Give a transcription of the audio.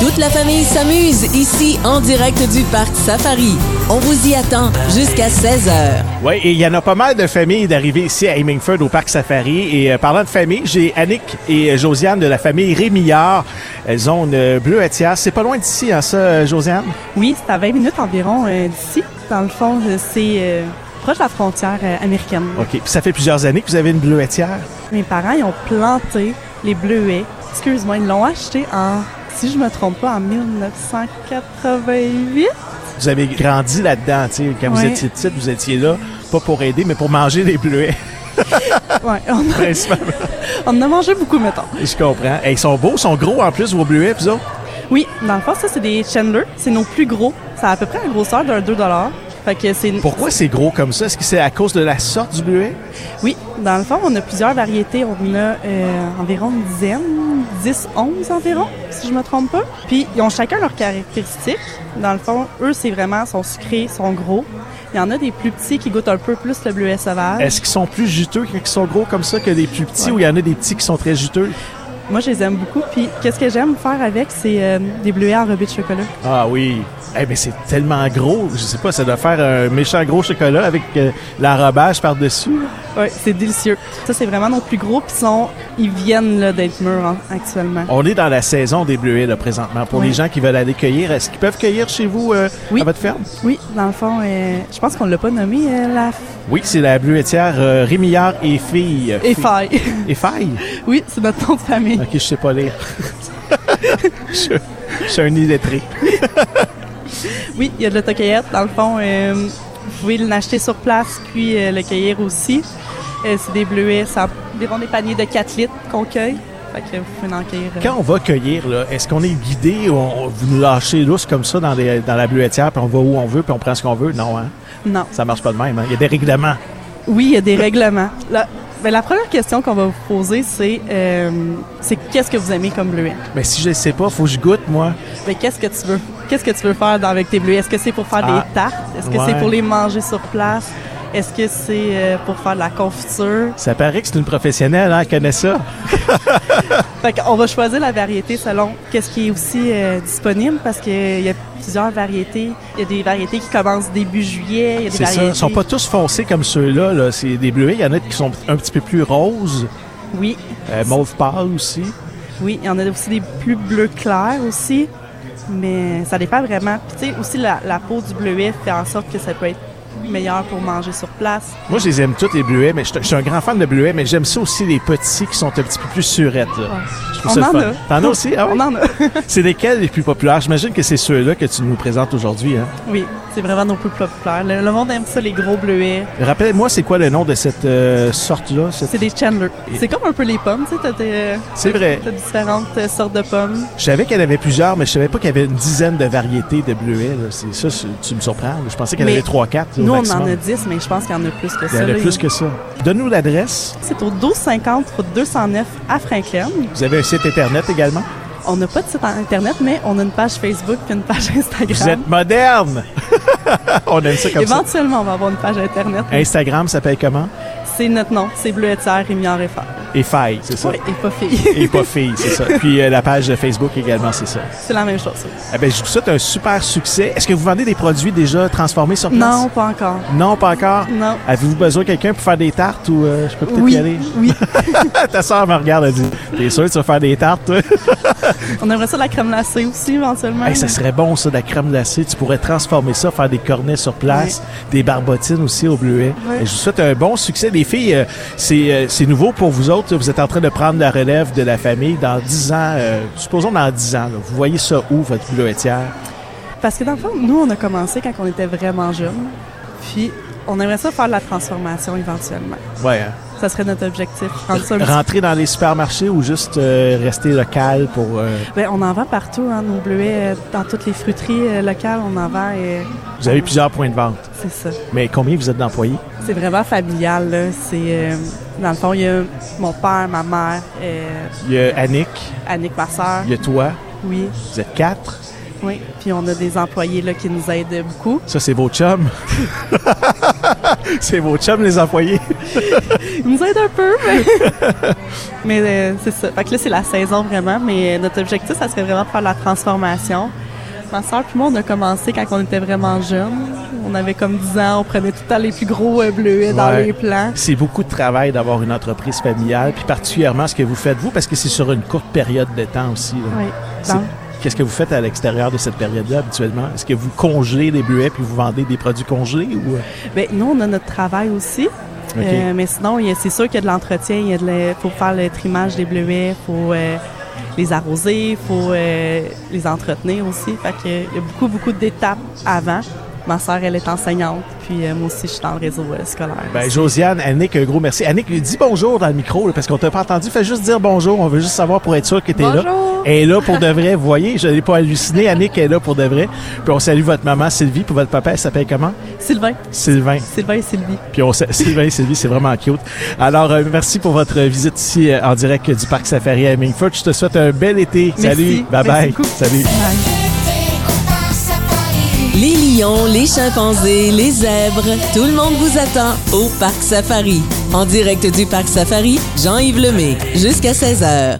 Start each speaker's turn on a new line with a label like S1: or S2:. S1: Toute la famille s'amuse ici en direct du parc Safari. On vous y attend jusqu'à 16h.
S2: Oui, et il y en a pas mal de familles d'arrivées ici à Hemingford au Parc Safari. Et euh, parlant de famille, j'ai Annick et euh, Josiane de la famille Rémillard, euh, zone euh, bleue à Thiers. C'est pas loin d'ici, hein, ça, euh, Josiane?
S3: Oui, c'est à 20 minutes environ euh, d'ici. Dans le fond, euh, c'est euh, proche de la frontière euh, américaine.
S2: OK. Puis ça fait plusieurs années que vous avez une bleuetière.
S3: Mes parents, ils ont planté les bleuets. Excuse-moi, ils l'ont acheté en, si je me trompe pas, en 1988.
S2: Vous avez grandi là-dedans, tu sais. Quand vous
S3: Ouais.
S2: étiez petite, vous étiez là, pas pour aider, mais pour manger des bleuets,
S3: Ouais, on, a,
S2: principalement.
S3: on en a mangé beaucoup, mettons.
S2: Je comprends. Et ils sont beaux, ils sont gros en plus, vos bleuets, puis autres.
S3: Oui, dans le fond, ça, c'est des Chandler. C'est nos plus gros. Ça a à peu près la grosseur d'un 2 Fait que c'est...
S2: Pourquoi c'est gros comme ça? Est-ce que c'est à cause de la sorte du bleuet?
S3: Oui, dans le fond, on a plusieurs variétés. On a euh, environ une dizaine, 10, 11 environ, si je me trompe pas. Puis, ils ont chacun leurs caractéristiques. Dans le fond, eux, c'est vraiment, sont sucrés, sont gros. Il y en a des plus petits qui goûtent un peu plus le bleuet sauvage.
S2: Est-ce qu'ils sont plus juteux quand ils sont gros comme ça que des plus petits ou il y en a des petits qui sont très juteux?
S3: Moi, je les aime beaucoup. Puis, qu'est-ce que j'aime faire avec, c'est euh, des bleuets enrobés de chocolat.
S2: Ah oui. Eh ben, c'est tellement gros. Je sais pas, ça doit faire un méchant gros chocolat avec euh, l'arrobage par-dessus.
S3: Ouais, c'est délicieux. Ça, c'est vraiment nos plus gros. Puis, ils sont, ils viennent là, d'être mûrs hein, actuellement.
S2: On est dans la saison des bleuets, là, présentement. Pour
S3: Oui.
S2: les gens qui veulent aller cueillir, est-ce qu'ils peuvent cueillir chez vous euh,
S3: Oui.
S2: à votre ferme?
S3: Oui, dans le fond, euh, je pense qu'on l'a pas nommé euh, la f-
S2: Oui, c'est la bleuetière euh, Rémillard et Fille.
S3: Effaille.
S2: Et Faille?
S3: oui, c'est notre nom de famille.
S2: Ok, je sais pas lire. je, je suis un illettré.
S3: Oui, il y a de l'autocueillette. Dans le fond, euh, vous pouvez l'acheter sur place, puis euh, le cueillir aussi. Euh, c'est des bleuets, ça, environ des paniers de 4 litres qu'on cueille. Fait que vous pouvez en cueillir. euh,
S2: Quand on va cueillir, là, est-ce qu'on est guidé ou on, vous nous lâchez lousse comme ça dans, les- dans la bleuetière, puis on va où on veut, puis on prend ce qu'on veut? Non, hein?
S3: Non.
S2: Ça marche pas de même. hein? Il y a des règlements.
S3: Oui, il y a des règlements. La, ben, la première question qu'on va vous poser, c'est euh, c'est qu'est-ce que vous aimez comme bleuet?
S2: Mais si je ne sais pas, faut que je goûte, moi.
S3: Ben, qu'est-ce que tu veux? Qu'est-ce que tu veux faire dans- avec tes bleuets? Est-ce que c'est pour faire
S2: Ah.
S3: des tartes? Est-ce que
S2: Ouais.
S3: c'est pour les manger sur place? Est-ce que c'est euh, pour faire de la confiture?
S2: Ça paraît que c'est une professionnelle, hein, elle connaît ça.
S3: Fait on va choisir la variété selon qu'est-ce qui est aussi euh, disponible parce qu'il y a plusieurs variétés. Il y a des variétés qui commencent début juillet, il y a des
S2: C'est ça.
S3: variétés.
S2: Ils sont pas tous foncés comme ceux-là. Là. C'est des bleuets. Il y en a qui sont un petit peu plus roses,
S3: Oui,
S2: euh, mauve pâle aussi.
S3: oui, il y en a aussi des plus bleus clairs aussi, mais ça dépend vraiment. Puis tu sais aussi la, la peau du bleuet fait en sorte que ça peut être meilleur pour manger sur place.
S2: Moi, je les aime toutes, les bleuets, mais je je suis un grand fan de bleuets, mais j'aime ça aussi les petits qui sont un petit peu plus surettes. Là. Je trouve
S3: On
S2: ça le
S3: en
S2: fun.
S3: a.
S2: T'en as aussi? Ah oui?
S3: On en a.
S2: C'est lesquels les plus populaires? J'imagine que c'est ceux-là que tu nous présentes aujourd'hui. Hein?
S3: oui, c'est vraiment nos plus populaires. Le, le monde aime ça les gros bleuets.
S2: Rappelle-moi, c'est quoi le nom de cette euh, sorte-là? cette-
S3: C'est des Chandler. C'est comme un peu les pommes, tu sais, t'as des-
S2: C'est vrai.
S3: t'as différentes euh, sortes de pommes.
S2: Je savais qu'elle avait plusieurs, mais je savais pas qu'il y avait une dizaine de variétés de bleuets. là. C'est ça, c'est- tu me surprends. là. Je pensais qu'il y en
S3: Mais
S2: avait trois, quatre. là,
S3: Nous,
S2: au
S3: on
S2: maximum.
S3: en a 10, mais je pense qu'il y en a plus que
S2: Il y
S3: ça.
S2: en a
S3: là.
S2: plus que ça. Donne-nous l'adresse.
S3: C'est au 1250 route 209 à Franklin.
S2: Vous avez un site Internet également.
S3: On n'a pas de site Internet, mais on a une page Facebook et une page Instagram.
S2: Vous êtes moderne. on aime ça comme ça.
S3: Éventuellement, on va avoir une page Internet.
S2: Instagram s'appelle comment?
S3: C'est notre nom. C'est Bleuetière et Mignard et Fort.
S2: Et faille, c'est ça.
S3: Oui, et pas fille.
S2: Et pas fille, c'est ça. Puis euh, la page de Facebook également, c'est ça.
S3: C'est la même chose. oui.
S2: Eh ben, je vous souhaite un super succès. Est-ce que vous vendez des produits déjà transformés sur place?
S3: Non, pas encore.
S2: Non, pas encore?
S3: Non.
S2: Avez-vous besoin de quelqu'un pour faire des tartes ou euh, je peux peut-être y
S3: Oui,
S2: aller?
S3: oui.
S2: Ta soeur me regarde, elle dit T'es sûr que tu vas faire des tartes, toi?
S3: On aimerait ça de la crème glacée aussi, éventuellement.
S2: Hey, ça serait bon, ça, de la crème glacée. Tu pourrais transformer ça, faire des cornets sur place, des barbotines aussi au bleuet.
S3: Oui.
S2: Et Je vous souhaite un bon succès. Les filles, euh, c'est euh, c'est nouveau pour vous autres. Vous êtes en train de prendre la relève de la famille dans 10 ans. euh, supposons dans 10 ans, là, vous voyez ça où, votre bleuetière?
S3: Parce que dans le fond, nous, on a commencé quand on était vraiment jeunes. Puis, on aimerait ça faire de la transformation éventuellement.
S2: Ouais. hein.
S3: Ça serait notre objectif. Rendre ça un petit
S2: Rentrer dans les supermarchés ou juste euh, rester local pour... euh,
S3: Ben, on en vend partout, hein, nos bleuets, euh, dans toutes les fruiteries euh, locales, on en vend et
S2: Vous avez plusieurs points de vente.
S3: c'est ça.
S2: Mais combien vous êtes d'employés?
S3: C'est vraiment familial, là. C'est, euh, dans le fond, il y a mon père, ma mère, euh,
S2: Il y a Annick,
S3: Annick, ma sœur,
S2: il y a toi,
S3: oui,
S2: vous êtes quatre.
S3: oui. Puis on a des employés, là, qui nous aident beaucoup.
S2: Ça, c'est vos chums. c'est vos chums, les employés.
S3: Ils nous aident un peu, mais, mais euh, c'est ça. Fait que là, c'est la saison vraiment, mais euh, notre objectif, ça serait vraiment de faire la transformation. Ma soeur puis moi, on a commencé quand on était vraiment jeunes. On avait comme 10 ans, on prenait tout le temps les plus gros euh, bleuets dans
S2: Ouais.
S3: les plans.
S2: C'est beaucoup de travail d'avoir une entreprise familiale, puis particulièrement ce que vous faites, vous, parce que c'est sur une courte période de temps aussi. là.
S3: Oui.
S2: C'est-
S3: Dans-
S2: Qu'est-ce que vous faites à l'extérieur de cette période-là habituellement? Est-ce que vous congelez des buets puis vous vendez des produits congelés ou... euh?
S3: Ben, nous, on a notre travail aussi. Euh, mais sinon, il y a- c'est sûr qu'il y a de l'entretien. Il y a de la- faut faire le trimage des bleuets, faut euh, les arroser, il faut euh, les entretenir aussi. Fait que, il y a beaucoup, beaucoup d'étapes avant. Ma sœur, elle est enseignante, puis euh, moi aussi, je suis dans le réseau euh, scolaire.
S2: Ben, Josiane, Annick, un gros merci. Annick, dis bonjour dans le micro, là, parce qu'on t'a pas entendu. Fais juste dire bonjour. On veut juste savoir pour être sûr que t'es là.
S4: Bonjour.
S2: Elle est là pour de vrai. Vous voyez, je n'ai pas halluciné. Annick est là pour de vrai. Puis on salue votre maman Sylvie, puis votre papa, elle s'appelle comment?
S3: Sylvain,
S2: Sylvain.
S3: Sylvain et Sylvie.
S2: Puis on sa- Sylvain, Sylvie, c'est vraiment cute. Alors, euh, merci pour votre visite ici euh, en direct du Parc Safari à Mingford. Je te souhaite un bel été. Salut.
S3: Merci.
S2: Bye
S3: Merci
S2: bye.
S3: beaucoup.
S2: Salut.
S3: Bye.
S1: Les lions, les chimpanzés, les zèbres, tout le monde vous attend au Parc Safari. En direct du Parc Safari, Jean-Yves Lemay, jusqu'à 16h.